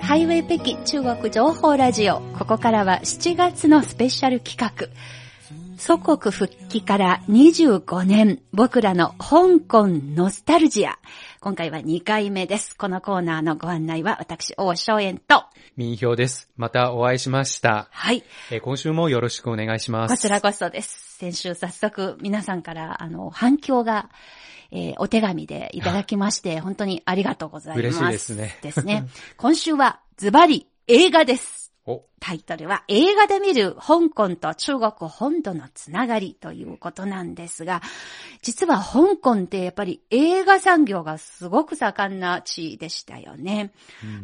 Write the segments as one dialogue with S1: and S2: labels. S1: ハイウェイ北京中国情報ラジオ。ここからは7月のスペシャル企画。祖国復帰から25年、僕らの香港ノスタルジア。今回は2回目です。このコーナーのご案内は私、王昭炎と。
S2: 民票です。またお会いしました。
S1: はい。
S2: えー今週もよろしくお願いします。
S1: こちらこそです。先週早速皆さんから、あの、反響が、えーお手紙でいただきまして、本当にありがとうございます。
S2: 嬉しいですね
S1: ですね。今週は、ズバリ、映画です。
S2: お、
S1: タイトルは映画で見る香港と中国本土のつながりということなんですが、実は香港ってやっぱり映画産業がすごく盛んな地でしたよね。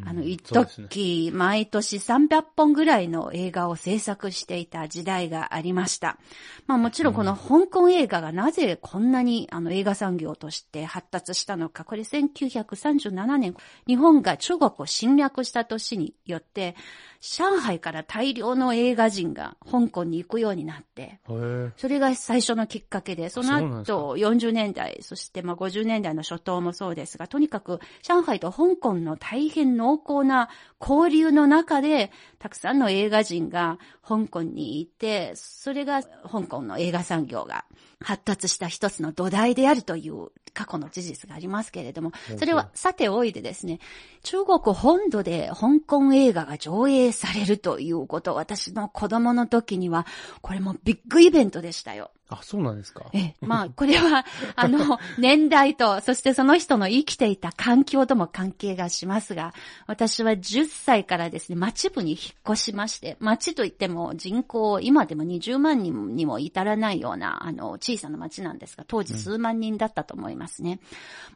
S2: うん
S1: あの、一
S2: そうですね
S1: 時、毎年300本ぐらいの映画を制作していた時代がありました。まあもちろんこの香港映画がなぜこんなにあの映画産業として発達したのか、これ1937年、日本が中国を侵略した年によって、上海から大量の映画人が香港に行くようになって、
S2: へー
S1: それが最初のきっかけで、その
S2: そうなんですか
S1: 後40年代、そしてまあ50年代の初頭もそうですが、とにかく上海と香港の大変濃厚な交流の中で、たくさんの映画人が香港にいて、それが香港の映画産業が発達した一つの土台であるという過去の事実がありますけれども、それはさておいてですね、中国本土で香港映画が上映されるということ、私の子供の時には、これもビッグイベントでしたよ。
S2: あ、そうなんですか。
S1: ええ、まあ、これ は、あの、年代と、そしてその人の生きていた環境とも関係がしますが、私は10歳からですね、町部に引っ越しまして、町といっても人口、今でも20万人にも至らないような、あの、小さな町なんですが、当時数万人だったと思いますね。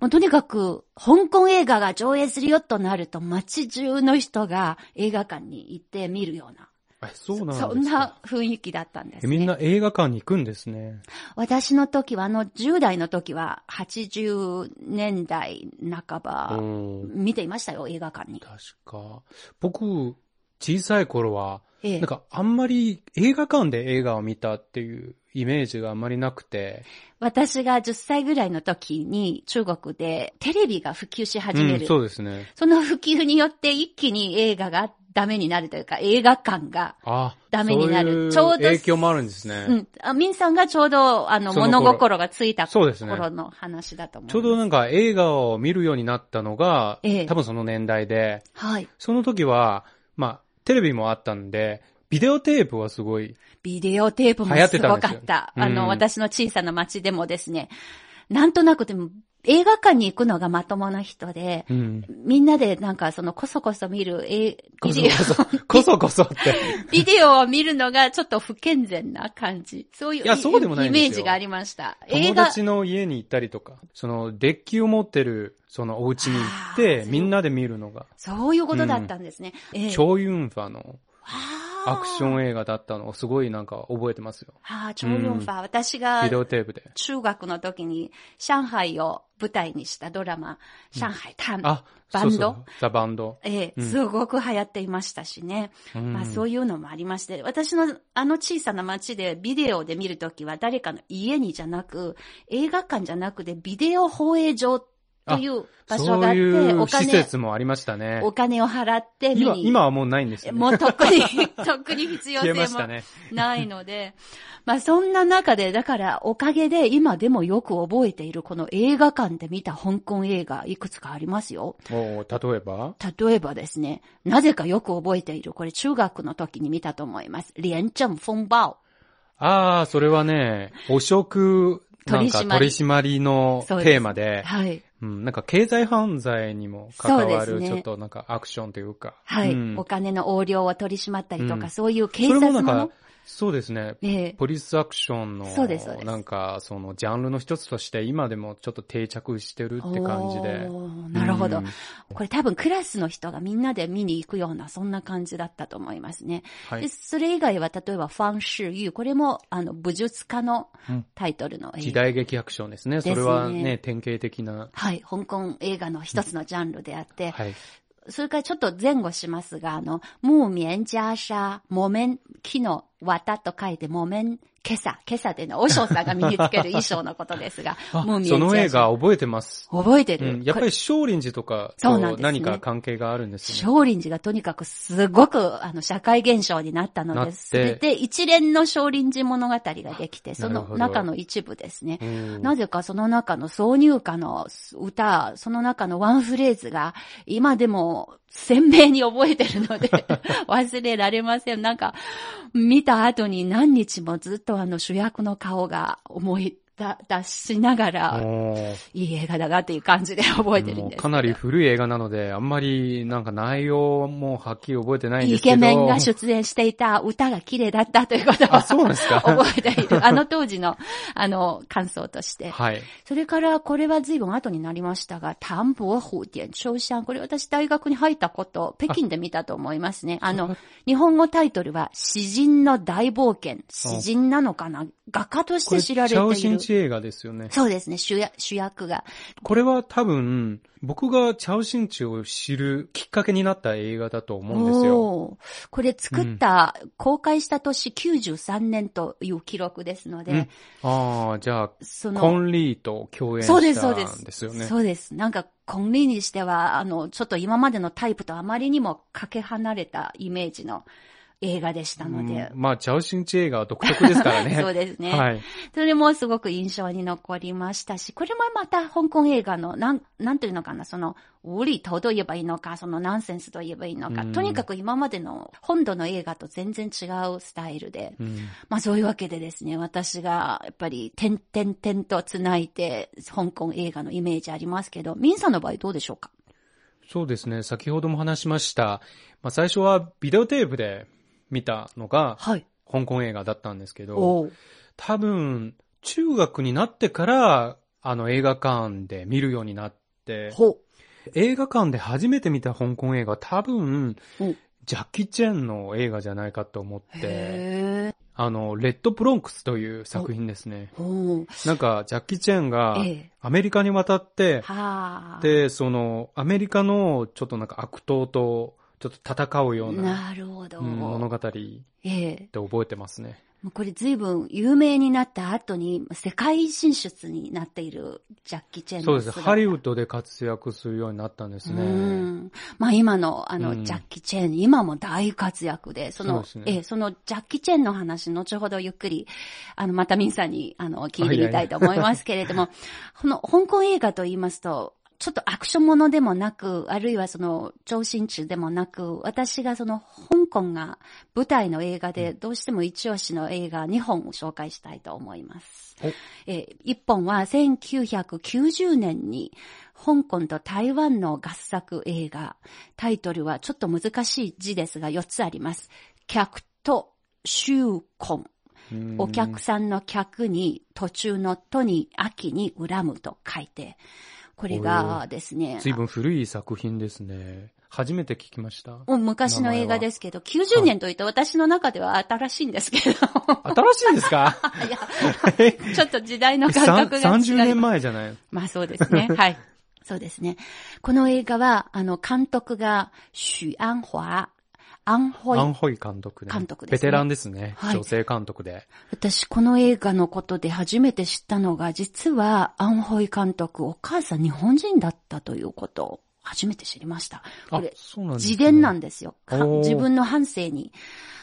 S1: もうとにかく、香港映画が上映するよとなると、町中の人が映画館に行って見るような、
S2: あそうなんですか。
S1: そんな雰囲気だったんです
S2: え
S1: ね。
S2: みんな映画館に行くんですね。
S1: 私の時は、あの、10代の時は、80年代半ば、
S2: うん
S1: 見ていましたよ、映画館に。
S2: 確か。僕、小さい頃は、
S1: ええ
S2: なんかあんまり映画館で映画を見たっていうイメージがあんまりなくて。
S1: 私が10歳ぐらいの時に、中国でテレビが普及し始め
S2: う
S1: る。
S2: ん、そうですね。
S1: その普及によって、一気に映画がダメになるというか、映画館が、
S2: あ、
S1: ダメになる
S2: そういう
S1: ちょうど
S2: 影響もあるんですね。
S1: うん、あミンさんがちょうど、あの、
S2: その頃
S1: 物心がついた
S2: そうですね
S1: 頃の話だと思う。
S2: ちょうどなんか映画を見るようになったのが、
S1: ええ
S2: 多分その年代で、
S1: はい。
S2: その時は、まあ、テレビもあったんで、ビデオテープはすごい、
S1: ビデオテープも
S2: 流行っ
S1: す
S2: てた
S1: ご
S2: んで
S1: かっ
S2: すよ
S1: た。
S2: うん
S1: あの、私の小さな町でもですね、なんとなくでも映画館に行くのがまともな人で、
S2: うん。
S1: みんなでなんかそのこそこそ見る、え
S2: こ
S1: ビデ
S2: そこ
S1: オ、
S2: そ、こそこそって。
S1: ビデオを見るのがちょっと不健全な感じ。そういう
S2: いやそうでもない
S1: イ
S2: んです
S1: メ
S2: よ
S1: ージがありました。 映
S2: 友
S1: 画、
S2: 達の家に行ったりとか、その、デッキを持ってる、そのお家に行って
S1: あ、ー
S2: みんなで見るのが、
S1: そういうことだったんですね。ええ
S2: チョウユンファの
S1: あ
S2: ア
S1: ー
S2: クション映画だったのをすごいなんか覚えてますよ。
S1: あー、チョウヨンファ、私が
S2: ビデオテープで。
S1: 中学の時に上海を舞台にしたドラマ、上海探
S2: あ、
S1: バンド
S2: そうそうザ・バンド。
S1: ええ、
S2: うん
S1: すごく流行っていましたしね。
S2: うん
S1: まあそういうのもありまして、私のあの小さな町でビデオで見るときは誰かの家にじゃなく、映画館じゃなくてビデオ放映場という場所があって、
S2: そうい
S1: お
S2: う施
S1: 金、
S2: 設もありましたね。
S1: お金を払って見
S2: 今、
S1: に。
S2: 今はもうないんですよね。
S1: もう特に、 特に必要
S2: 消えまし
S1: 性も
S2: たね。
S1: ないので、まあそんな中で、だからおかげで今でもよく覚えているこの映画館で見た香港映画いくつかありますよ。
S2: もう、例えば
S1: 例えばですね、なぜかよく覚えている、これ中学の時に見たと思います。廉政風暴。
S2: ああ、それはね、汚職、なんか
S1: 取り締まり
S2: 取り締まりの
S1: そうです
S2: テーマで、
S1: はい。
S2: うん、なんか経済犯罪にも関わ
S1: そう
S2: る、
S1: ですね
S2: ちょっとなんかアクションというか。
S1: はい、
S2: うん
S1: お金の横領を取り締まったりとか、
S2: うん
S1: そういう警
S2: それ
S1: 察
S2: も
S1: も
S2: なん
S1: の
S2: か、そうですね。
S1: ええ
S2: ポリスアクションの
S1: そうですそうで、す
S2: なんか、その、ジャンルの一つとして、今でもちょっと定着してるって感じで。
S1: おーなるほど、
S2: うん
S1: これ多分クラスの人がみんなで見に行くような、そんな感じだったと思いますね。
S2: は
S1: で
S2: い。
S1: それ以外は、例えば、ファン・シュ・ユー、これも、あの、武術家の
S2: うん
S1: タイトルの映
S2: 時
S1: 画。
S2: 代劇アクションですね。
S1: です
S2: そ
S1: ね
S2: れはね、典型的な。
S1: はい、香港映画の一つのジャンルであって、
S2: はい。、
S1: それからちょっと前後しますが、あの、木綿袈裟、木綿、木の綿と書いて木綿、今朝、今朝での、お尚さんが身につける衣装のことですが
S2: あ
S1: ムーミンジ
S2: その映
S1: ェ
S2: 画
S1: ー
S2: 覚えてます。
S1: 覚えて
S2: う
S1: る。
S2: ん、やっぱり少林寺とか
S1: そ
S2: と
S1: うなんですね
S2: 何か関係があるんですね。
S1: 少林寺がとにかくすごくあの社会現象になったの
S2: なっ
S1: で
S2: て
S1: す。それで一連の少林寺物語ができて、そ
S2: なるほ
S1: の
S2: ど
S1: 中の一部ですね。
S2: うん
S1: なぜかその中の挿入歌の歌、その中のワンフレーズが今でも鮮明に覚えてるの で忘れられません。なんか見た後に何日もずっとあの主役の顔が思い出しながら、
S2: おー
S1: いい映画だなっていう感じで覚えてるんですけ
S2: もう
S1: ど。
S2: かなり古い映画なので、あんまりなんか内容もはっきり覚えてないんで
S1: イ
S2: すけど。
S1: ケメンが出演していた歌が綺麗だったということ
S2: あ、
S1: は
S2: そうなんですか。
S1: 覚えている。あの当時の、あの、感想として。
S2: はい。
S1: それから、これは随分後になりましたが、タンボーホーデン、ショーシャン。これ私大学に入ったこと、北京で見たと思います ね。あの、日本語タイトルは、詩人の大冒険。詩人なのかな画家とし
S2: これ、
S1: て知
S2: チ
S1: られ
S2: ャオ
S1: て
S2: シ
S1: い
S2: ン
S1: る。
S2: チ映画ですよね。
S1: そうですね、主役主役が。
S2: これは多分、僕がチャオシンチを知るきっかけになった映画だと思うんですよ。
S1: おーこれ作った、公開した年93年という記録ですので、
S2: うんああ、じゃあ、
S1: その、
S2: コンリーと共演した
S1: そ
S2: ん
S1: うです、
S2: です
S1: そ
S2: よ
S1: う
S2: ね。
S1: です。そうです。なんか、コンビにしては、あの、ちょっと今までのタイプとあまりにもかけ離れたイメージの映画でしたので
S2: う。んまあ、チャオシンチ映画は独特ですからね。
S1: そうですね、
S2: はい。
S1: それもすごく印象に残りましたし、これもまた香港映画の、なん、なんというのかな、その、ウリとと言えばいいのか、そのナンセンスと言えばいいのか、
S2: うん
S1: とにかく今までの本土の映画と全然違うスタイルで、
S2: うん
S1: まあそういうわけでですね、私がやっぱり点々点と繋いで香港映画のイメージありますけど、ミンさんの場合どうでしょうか
S2: そうですね。先ほども話しました。まあ、最初はビデオテープで見たのが、
S1: はい。
S2: 香港映画だったんですけど、
S1: おう
S2: 多分、中学になってから、あの映画館で見るようになって、
S1: ほ
S2: 映画館で初めて見た香港映画、多分
S1: うん、
S2: ジャッキー・チェンの映画じゃないかと思っ
S1: う。へ
S2: て、
S1: え。
S2: あの、レッド・ブロンクスという作品ですね。
S1: ほう。
S2: なんか、ジャッキー・チェンが
S1: ええ。
S2: アメリカに渡って、
S1: はあ。、
S2: で、その、アメリカのちょっとなんか悪党と、ちょっと戦うような、
S1: なるほど。
S2: うん物語って
S1: ええ。
S2: 覚えてますね。
S1: もうこれ随分有名になった後に世界進出になっているジャッキー・チェンの
S2: そうです。
S1: 姿
S2: ハリウッドで活躍するようになったんです
S1: う
S2: ね。
S1: ん。まあ今の、あの、
S2: うん
S1: ジャッキー・チェーン、今も大活躍で、その、
S2: そうです
S1: え
S2: ね
S1: え、そのジャッキー・チェーンの話、後ほどゆっくり、あの、またミンさんに、あの、聞いてみたいと思いますけれども、この、香港映画と言いますと、ちょっとアクションものでもなく、あるいはその、超新中でもなく、私がその、香港が舞台の映画で、どうしても一押しの映画2本を紹介したいと思います
S2: お。
S1: えー、1本は1990年に、香港と台湾の合作映画。タイトルはちょっと難しい字ですが4つあります。客と周婚。
S2: うん
S1: お客さんの客に途中の都に秋に恨むと書いて。これがですね。
S2: 随分古い作品ですね。初めて聞きました。
S1: もう昔の映画ですけど、90年といって私の中では新しいんですけど、
S2: 新しいんで すか
S1: いや
S2: え
S1: ちょっと時代の感
S2: 三
S1: 覚が違います。
S2: ?30 年前じゃない
S1: まあそうです ね。はい。そうですね。この映画は、あの、監督が、许安華、安保
S2: アンホイ監督で。
S1: 監督ですね
S2: ベテランですね。
S1: はい
S2: 女性監督で。
S1: 私、この映画のことで初めて知ったのが、実は、アンホイ監督、お母さん日本人だったということを初めて知りました。こ
S2: あ
S1: れ、、
S2: そうなんですね
S1: 自伝なんですよ。
S2: お
S1: か
S2: ー
S1: 自分の反省に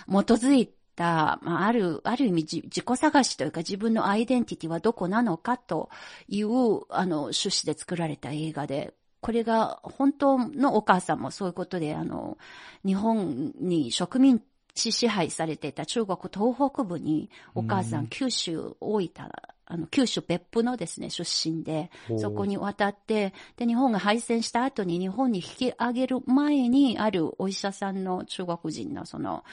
S1: 基づいた、まあ、ある、ある意味じ自己探しというか自分のアイデンティティはどこなのかという、あの、趣旨で作られた映画で、これが本当のお母さんもそういうことで、あの、日本に植民地支配されていた中国東北部にお母さ
S2: うんん
S1: 九州大分、あの、九州別府のですね、出身で、
S2: おー
S1: そこに渡って、で、日本が敗戦した後に日本に引き上げる前に、あるお医者さんの中国人のその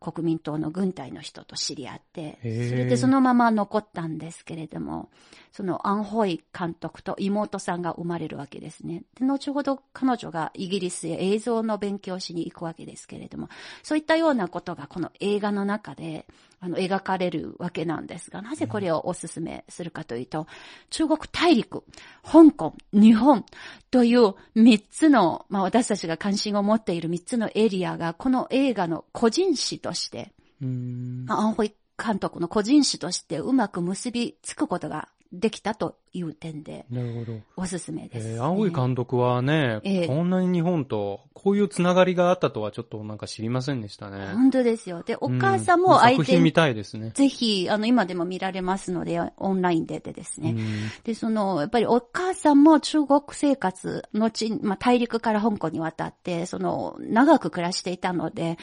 S1: 国民党の軍隊の人と知り合って、そ
S2: へー
S1: れでそのまま残ったんですけれども、そのアンホイ監督と妹さんが生まれるわけですね。で、後ほど彼女がイギリスへ映像の勉強しに行くわけですけれども、そういったようなことがこの映画の中で、あの、描かれるわけなんですが、なぜこれをお勧めするかというと、中国大陸、香港、日本という3つの、まあ私たちが関心を持っている3つのエリアが、この映画の個人史として、
S2: うん
S1: まあアンホイ監督の個人史としてうまく結びつくことができたという点で、
S2: なるほど。
S1: おすすめです、
S2: えー、青井監督はね、
S1: ええ
S2: こんなに日本とこういうつながりがあったとはちょっとなんか知りませんでしたね。
S1: 本当ですよ。で、お
S2: うん
S1: 母さんも相
S2: 作
S1: 手
S2: 品見
S1: に、
S2: たいですね。
S1: ぜひ、あの、今でも見られますので、オンラインででですね。
S2: うん
S1: で、その、やっぱりお母さんも中国生活、後に、まあ、大陸から香港に渡って、その、長く暮らしていたので、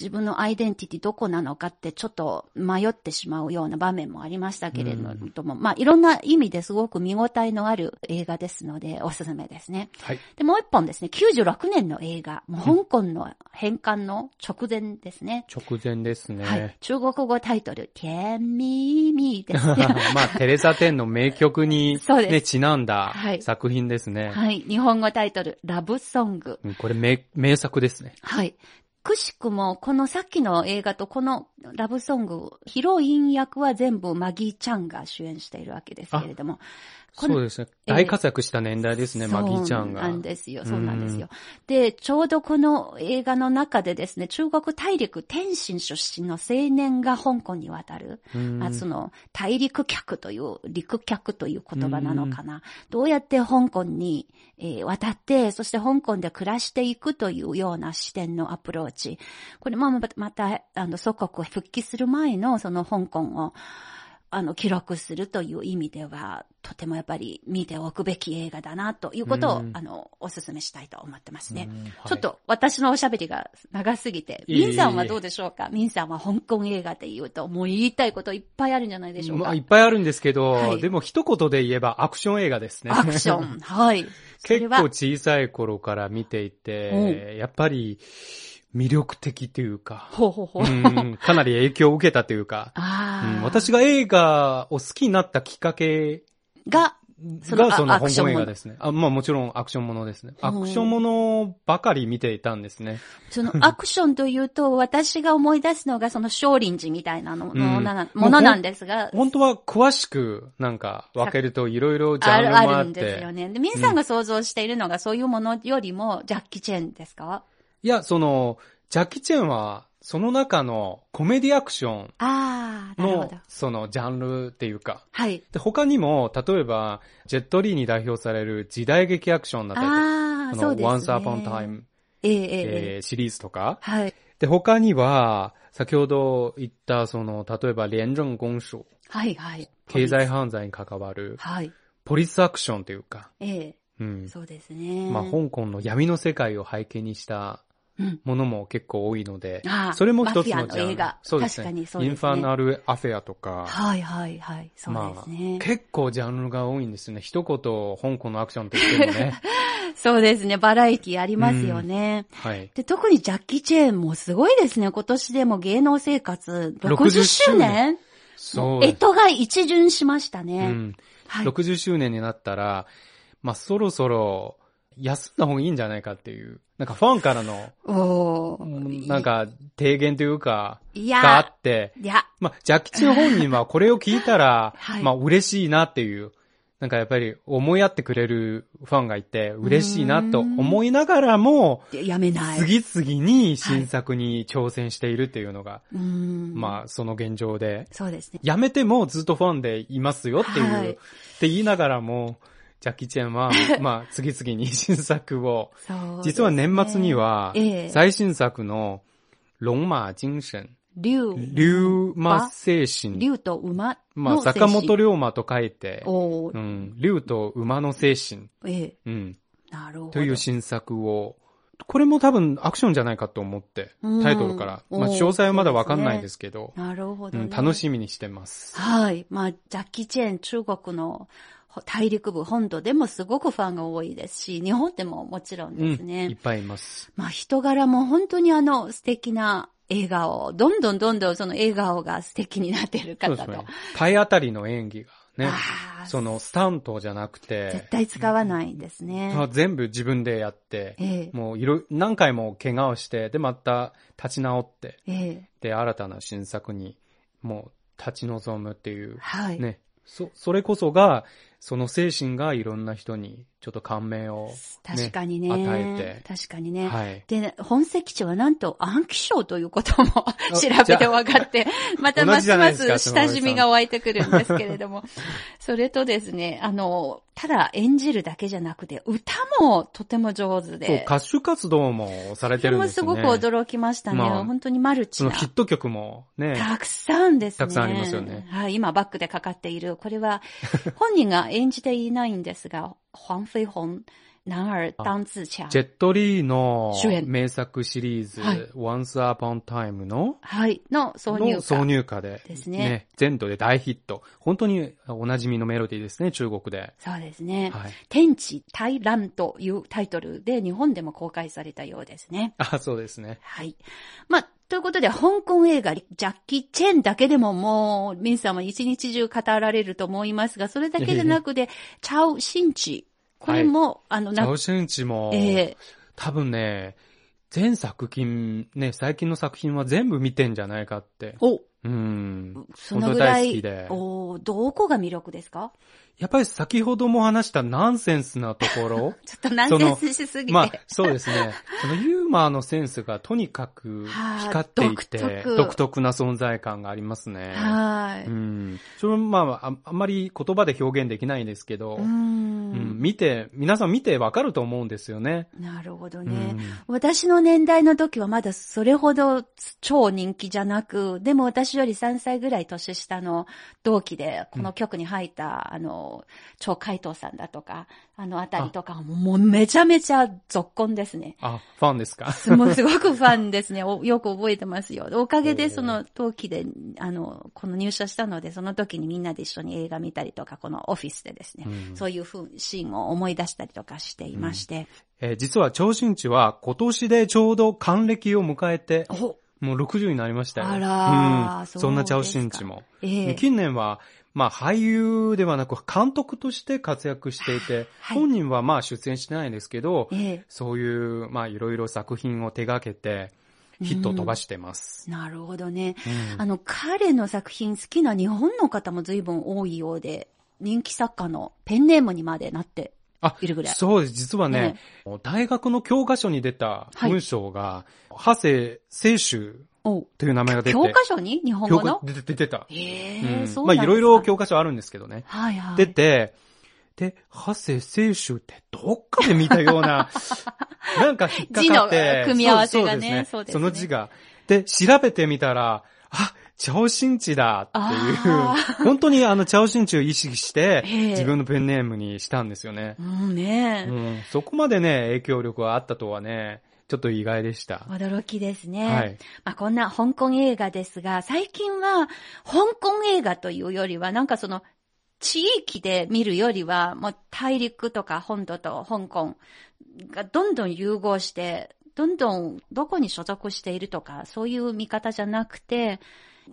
S1: 自分のアイデンティティどこなのかってちょっと迷ってしまうような場面もありましたけれども、まあ、いろんな意味ですごく見応えのある映画ですので、おすすめですね。
S2: はい。
S1: で、もう一本ですね、96年の映画、もう香港の返還の直前ですね。
S2: 直前ですね。
S1: はい。中国語タイトル、天ミミです ね。
S2: まあ、テレサ・テンの名曲 に、
S1: そうです
S2: ね、ちなんだ
S1: はい
S2: 作品ですね。
S1: はい。日本語タイトル、ラブソング。
S2: うんこれ名、名作ですね。
S1: はい。くしくも、このさっきの映画とこのラブソング、ヒロイン役は全部マギーちゃんが主演しているわけですけれども。この
S2: そうですね。
S1: えー
S2: 大活躍した年代ですね、マギーちゃん
S1: そう
S2: が
S1: な。んですよ。そうなんですよ。で、ちょうどこの映画の中でですね、中国大陸天津出身の青年が香港に渡る。
S2: うん
S1: あその、大陸客という、陸客という言葉なのかな。どうやって香港に、えー渡って、そして香港で暮らしていくというような視点のアプローチ。これもままた、あの、祖国を復帰する前の、その香港を、あの、記録するという意味では、とてもやっぱり見ておくべき映画だな、ということを、
S2: うん
S1: あの、お勧めしたいと思ってますね。
S2: うんはい
S1: ちょっと私のおしゃべりが長すぎて、
S2: いえいえ
S1: ミンさんはどうでしょうかミンさんは香港映画で言うと、もう言いたいこといっぱいあるんじゃないでしょう
S2: ま
S1: か
S2: あ、いっ。ぱいあるんですけど、
S1: はい
S2: でも一言で言えばアクション映画ですね。
S1: アクション。 はい。それ
S2: 結
S1: は
S2: 構小さい頃から見ていて、やっぱり魅力的とい うか、
S1: ほうほうほう。
S2: うんかなり影響を受けたというか、
S1: あ
S2: う
S1: あ。
S2: ん私が映画を好きになったきっかけ
S1: が、その
S2: がその
S1: あアクシ
S2: 香
S1: ョンも
S2: 港
S1: の
S2: 映画ですね。あまあもちろんアクションものですね。
S1: ほ
S2: ア
S1: う
S2: クションものばかり見ていたんですね。
S1: そのアクションというと、私が思い出すのが、その少林寺みたいなのの
S2: うん
S1: なものなんですが、
S2: 本当は詳しくなんか分けるといろいろジャ
S1: あ
S2: ンル
S1: る、
S2: も
S1: あ
S2: あ
S1: るん
S2: っ
S1: ですよ
S2: て。
S1: ね。で、ミンさんが想像しているのが、そういうものよりも、ジャッキー・チェンですか
S2: いや、その、ジャッキー・チェンはその中のコメディアクション
S1: ああ、なるほ
S2: の
S1: ど。
S2: そのジャンルっていうか、
S1: はい。
S2: で他にも、例えば、ジェットリーに代表される時代劇アクションだったりとか、
S1: ああ、
S2: そ
S1: そ
S2: の
S1: うですね。
S2: Once Upon a Time、
S1: ええ。ええ、ええ。
S2: えーシリーズとか、
S1: はい。
S2: で、他には、先ほど言った、その、例えば、廉政公署、
S1: はい、はい。
S2: 経済犯罪に関わる、
S1: はい。
S2: ポリスアクションというか、
S1: え
S2: う
S1: え、
S2: ん。
S1: そうですね。
S2: まあ、香港の闇の世界を背景にした
S1: うん
S2: ものも結構多いので、
S1: ああ
S2: それも一つの
S1: マフィアの映画
S2: そうです
S1: 確か
S2: ね。
S1: にそうですね
S2: インファナルアフェアとか、
S1: はいはいはい。そうですね。
S2: 結構ジャンルが多いんですね。一言、香港のアクションって言 ってもね。
S1: そうですね。バラエティありますよね。
S2: はい。
S1: で、特にジャッキー・チェーンもすごいですね。今年でも芸能生活60
S2: 60
S1: 周
S2: 周
S1: 年
S2: 年
S1: も
S2: そう
S1: う。干支が一巡しました
S2: う
S1: ね。
S2: ん。
S1: はい。
S2: 60周年になったら、まあ、そろそろ、休んだ方がいいんじゃないかっていう、なんかファンからの、
S1: おー
S2: なん、か、提言というか、
S1: い
S2: があ
S1: や
S2: って、
S1: いや、、
S2: まあ、ジャッキチン本人はこれを聞いたら
S1: はい
S2: まあ、嬉しいなっていう、なんかやっぱり思いやってくれるファンがいて、嬉しいなと思いながらも、
S1: やめない。
S2: 次々に新作に挑戦しているっていうのが、
S1: うーん。
S2: まあ、その現状で、
S1: そうですね。
S2: やめてもずっとファンでいますよっていう、
S1: はい
S2: って言いながらも、ジャッキー・チ ェンは、まあ、次々に 新作を、
S1: そう、
S2: 実は年末に、は
S1: ええ、
S2: 最新作の、ロンマー精神、
S1: 竜、
S2: 竜馬精神、
S1: 竜と馬
S2: まあ、
S1: の精神。
S2: 坂本龍馬と書いて、
S1: お
S2: う
S1: ー
S2: ん、竜と馬の精神、
S1: ええ、
S2: うん、
S1: なるほど。
S2: という新作を、これも多分アクションじゃないかと思って
S1: う、ん
S2: タイトルから。ま
S1: おー
S2: あ、詳細はまだわかんないですけど、
S1: なるほど、
S2: う
S1: ね
S2: ん、楽しみにしてます。
S1: はい。まあ、ジャッキー・チェーン、中国の大陸部、本土でもすごくファンが多いですし、日本でももちろん
S2: うん、
S1: ですね。
S2: いっぱいいます。
S1: まあ、人柄も本当にあの、素敵な笑顔、どんどんどんどんその笑顔が素敵になっている
S2: そう
S1: 方
S2: です
S1: と。
S2: ね。体当たりの演技がね
S1: あ、ー
S2: そのスタントじゃなく
S1: 絶
S2: て、
S1: 対使わないんですね。
S2: あ全部自分でやって、
S1: ええ
S2: もういろ、何回も怪我をして、で、また立ち直って、
S1: ええ
S2: で、新たな新作に、もう立ち望むっていう、
S1: はい。
S2: ね。そ、それこそが、その精神がいろんな人にちょっと感銘を。
S1: 確かにね。
S2: 与えて
S1: 確かにね。
S2: はい。
S1: で、本籍地はなんと暗記症ということも調べて分かって、また
S2: 同
S1: ま
S2: じじ
S1: す
S2: ゃない
S1: ま
S2: ですか
S1: す親しみ
S2: つま
S1: が湧いてくるんですけれども、 それとですね、あの、ただ演じるだけじゃなくて、歌もとても上手
S2: そう、
S1: で、
S2: 歌手活動もされ
S1: と
S2: て
S1: て
S2: るん
S1: も
S2: です
S1: す
S2: ね。
S1: ごく驚きましたね。
S2: まあ
S1: 本当にマルチ
S2: その
S1: な。
S2: ヒット曲もね、
S1: たくさんですね。
S2: たくさんありますよね
S1: はい、今バックでかかっている。これは、 本人が演じていないんですが、黄飛鸿、男儿当自強。
S2: ジェットリーの
S1: 主演
S2: 名作シリーズ、
S1: はい
S2: Once Upon Time の
S1: はい、の挿入
S2: の
S1: 歌。
S2: 挿入歌で
S1: ですね
S2: 全土で大ヒット。本当におなじみのメロディーですね、中国で。
S1: そうですね。
S2: はい。
S1: 天地大乱というタイトルで日本でも公開されたようですね。
S2: あ、そうですね。
S1: はい。まあ、ということで、香港映画、ジャッキー・チェンだけでももう、ミンさんは一日中語られると思いますが、それだけでなく て、チャオ・シンチ。これも、あの、
S2: チャ
S1: な
S2: オシュンチも、
S1: え
S2: 多分ね、全作品、ね、最近の作品は全部見てんじゃないかって
S1: ー、。お、
S2: うん。
S1: そのぐらい
S2: 本当に大好きで、
S1: おーどこが魅力ですか
S2: やっぱり先ほども話したナンセンスなと ころ
S1: ちょっとナンセンスしすぎて。
S2: まあ、そうですね。 そのユーモアのセンスがとにかく
S1: はい
S2: 光っていて、
S1: 独
S2: 独
S1: 特
S2: 特な存在感がありますね。
S1: はーい。
S2: うん。それもまあ、ああんまり言葉で表現できないんですけど、
S1: う
S2: うん
S1: ん。
S2: 見て、皆さん見てわかると思うんですよね。
S1: なるほど
S2: う
S1: ね。
S2: ん
S1: 私の年代の時はまだそれほど超人気じゃなく、でも私より3歳ぐらい年下の同期で、この局に入った、あの、超海藤さんだとか、あのあたりとかはもう、もうめちゃめちゃ続婚ですね。
S2: あ、ファンですか。
S1: もうすごくファンですね。およく覚えてますよ。おかげ
S2: お
S1: で
S2: ー
S1: その同期で、あの、この入社したので、その時にみんなで一緒に映画見たりとか、このオフィスでですね、
S2: うん
S1: そういうふうシーンを思い出したりとかしていまして。
S2: えー実は、長新地は今年でちょうど還暦を迎えて、
S1: お
S2: もう60になりましたよ。
S1: あらー
S2: う
S1: そう
S2: ん、
S1: ですか
S2: そんな長新地も。
S1: ええ
S2: 近年は、まあ俳優ではなく監督として活躍していて、
S1: はい
S2: 本人はまあ出演してないんですけど、
S1: ええ
S2: そういう、まあいろいろ作品を手掛けて、ヒットを飛ばしてます。
S1: なるほどね。
S2: うん
S1: あの、彼の作品好きな日本の方も随分多いようで、人気作家のペンネームにまでなって
S2: あ
S1: いるぐらい。
S2: そうです。実はね、大学の教科書に出た
S1: はい
S2: 文章が、ハセ清州
S1: お
S2: という名前が出て、
S1: 教科書に日本
S2: 教
S1: 語
S2: 科
S1: の
S2: 出て出てた。
S1: ええ
S2: うん
S1: そう
S2: ま
S1: な
S2: あ
S1: んですか
S2: いろいろ教科書あるんですけどね。
S1: はいはい。
S2: 出て、で、ハセ清州ってどっかで見たよう な、なんか引っかかって
S1: 字。の組み合わせがねそう
S2: そ
S1: ですね
S2: その字が。で、調べてみたら、あ、チャオシンチだって
S1: あ
S2: いう、本当にあの、チャオシンチを意識して、
S1: ええ
S2: 自分のペンネームにしたんですよね
S1: う。んねえ、
S2: うん、そこまでね、影響力があったとはね、ちょっと意外でした。
S1: 驚きですね。
S2: はい。
S1: まあ、こんな香港映画ですが、最近は香港映画というよりは、なんかその、地域で見るよりは、もう大陸とか本土と香港がどんどん融合して、どんどんどこに所属しているとか、そういう見方じゃなくて、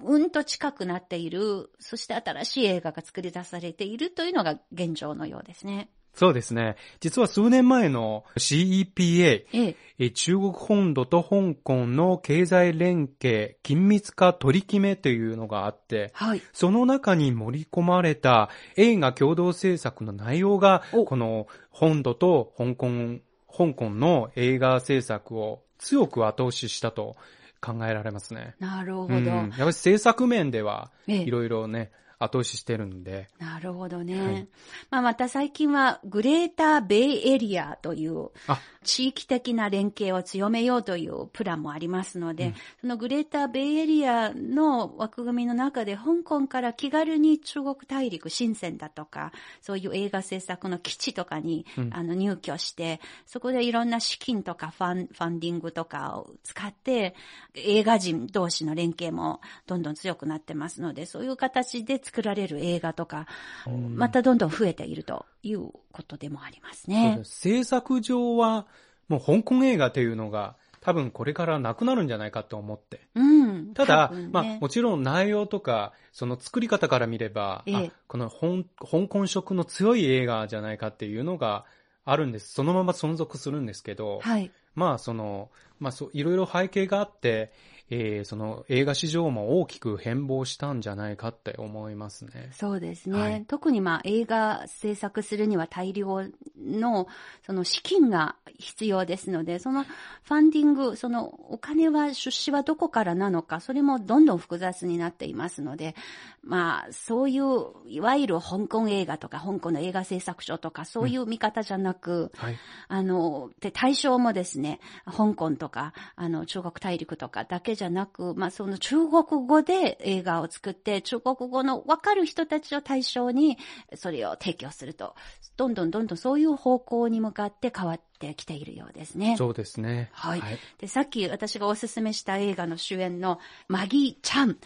S1: うんと近くなっている、そして新しい映画が作り出されているというのが現状のようですね。
S2: そうですね。実は数年前の CEPA、
S1: ええ。
S2: えー中国本土と香港の経済連携緊密化取り決めというのがあって、
S1: はい。
S2: その中に盛り込まれた映画共同制作の内容が、
S1: お
S2: この本土と香港、香港の映画制作を強く後押ししたと考えられますね。
S1: なるほど。
S2: うん、やっぱり制作面では
S1: ええ
S2: いろいろね、後押ししてるんで、
S1: なるほどね。
S2: はい
S1: まあ、また最近はグレーターベイエリアという
S2: あ
S1: 地域的な連携を強めようというプランもありますので、そのグレーターベイエリアの枠組みの中で香港から気軽に中国大陸、深センだとか、そういう映画制作の基地とかに、
S2: うん
S1: あの入居して、そこでいろんな資金とかファンファンディングとかを使って、映画人同士の連携もどんどん強くなってますので、そういう形で作られる映画とか、
S2: うん
S1: またどんどん増えているということでもあります
S2: そう
S1: ね
S2: で。す制作上はもう香港映画というのが多分これからなくなるんじゃないかと思って、
S1: うん。
S2: ただ、
S1: 多分ね
S2: まあ、もちろん内容とか、その作り方から見れば、
S1: ええ
S2: あこの香香港色の強い映画じゃないかっていうのがあるんです。そのまま存続するんですけど、
S1: はい。
S2: まあ、その、まあ、そう、いろいろ背景があって、えーその映画市場も大きく変貌したんじゃないかって思いますね。
S1: そうですね。
S2: はい
S1: 特にまあ映画制作するには大量のその資金が必要ですので、そのファンディング、そのお金は出資はどこからなのか、それもどんどん複雑になっていますので、まあそういういわゆる香港映画とか香港の映画制作所とかそういう見方じゃなく、
S2: はい。
S1: あの、で、対象もですね、香港とか、あの、中国大陸とかだけじゃなく、まあ、その中国語で映画を作って、中国語のわかる人たちを対象に、それを提供すると、どんどんどんどんそういう方向に向かって変わってきているようですね。
S2: そうですね。
S1: はいで、さっき私がおすすめした映画の主演のマギー・ちゃん。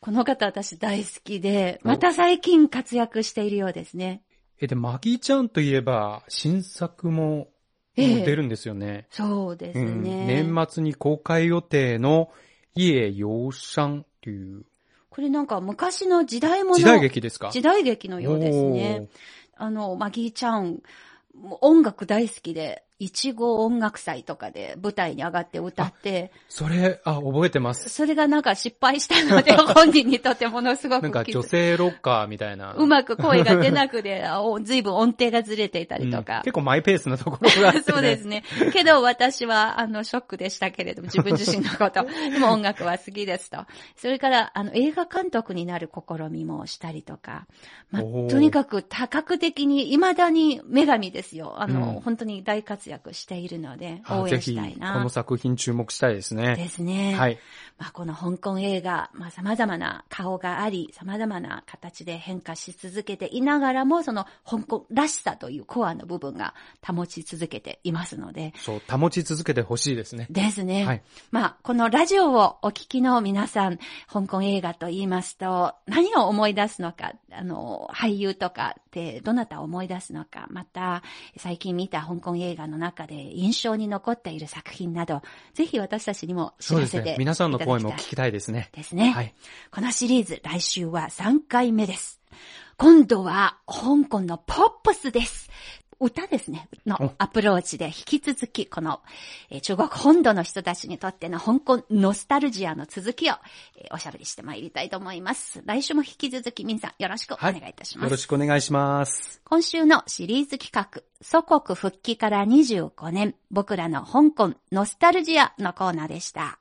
S1: この方私大好きで、また最近活躍しているようですね。
S2: え、で、マギーちゃんといえば、新作も
S1: ええ
S2: 出るんですよね。
S1: そうですね。
S2: うん、年末に公開予定の、家養蚕っていう、
S1: これなんか昔の時代もの
S2: 時代劇ですか
S1: 時代劇のようですね。あの、マギーちゃん、もう音楽大好きで、いちご音楽祭とかで舞台に上がって歌って
S2: おー、それ、あ、覚えてます。
S1: それがなんか失敗したの で、本人にとってものすご
S2: なん
S1: く
S2: か
S1: きつ
S2: 女性ロッカーみたいな。
S1: うまく声が出なくて、あおずいぶん音程がずれていたりと
S2: う
S1: か。
S2: ん。結構マイペースなところがあって、ね
S1: そうですね。けど私は、あの、ショックでしたけれども、 自分自身のこと。でも音楽は好きですと。それから、あの、映画監督になる試みもしたりとか。まあ、
S2: おー
S1: とにかく多角的に、未だに女神ですよ。あの、
S2: うん
S1: 本当に大活躍しているので、
S2: あ
S1: 応
S2: ぜ
S1: 援
S2: ひ、
S1: したい
S2: こ
S1: な。
S2: の作品注目したいですね。
S1: ですね。
S2: はい。
S1: まあ、この香港映画、まあ、様々な顔があり、様々な形で変化し続けていながらも、その香港らしさというコアの部分が保ち続けていますので、
S2: そう、保ち続けてほしいですね。
S1: ですね。
S2: はい
S1: まあ、このラジオをお聞きの皆さん、香港映画と言いますと、何を思い出すのか、あの、俳優とかってどなたを思い出すのか、また、最近見た香港映画の中で印象に残っている作品など、ぜひ私たちにも知
S2: そう
S1: ら
S2: です
S1: せて
S2: ね
S1: い。ただきたい。
S2: 皆さんの声も聞きたいですね。
S1: ですね。
S2: はい。
S1: このシリーズ、来週は3回目です。今度は、香港のポップスです。歌ですね。の
S2: お
S1: アプローチで引き続き、この、えー中国本土の人たちにとっての香港ノスタルジアの続きを、えーおしゃべりしてまいりたいと思います。来週も引き続き、みんさんよろしくお願いいたします。
S2: よろしくお願いします。
S1: 今週のシリーズ企画、祖国復帰から25年、僕らの香港ノスタルジアのコーナーでした。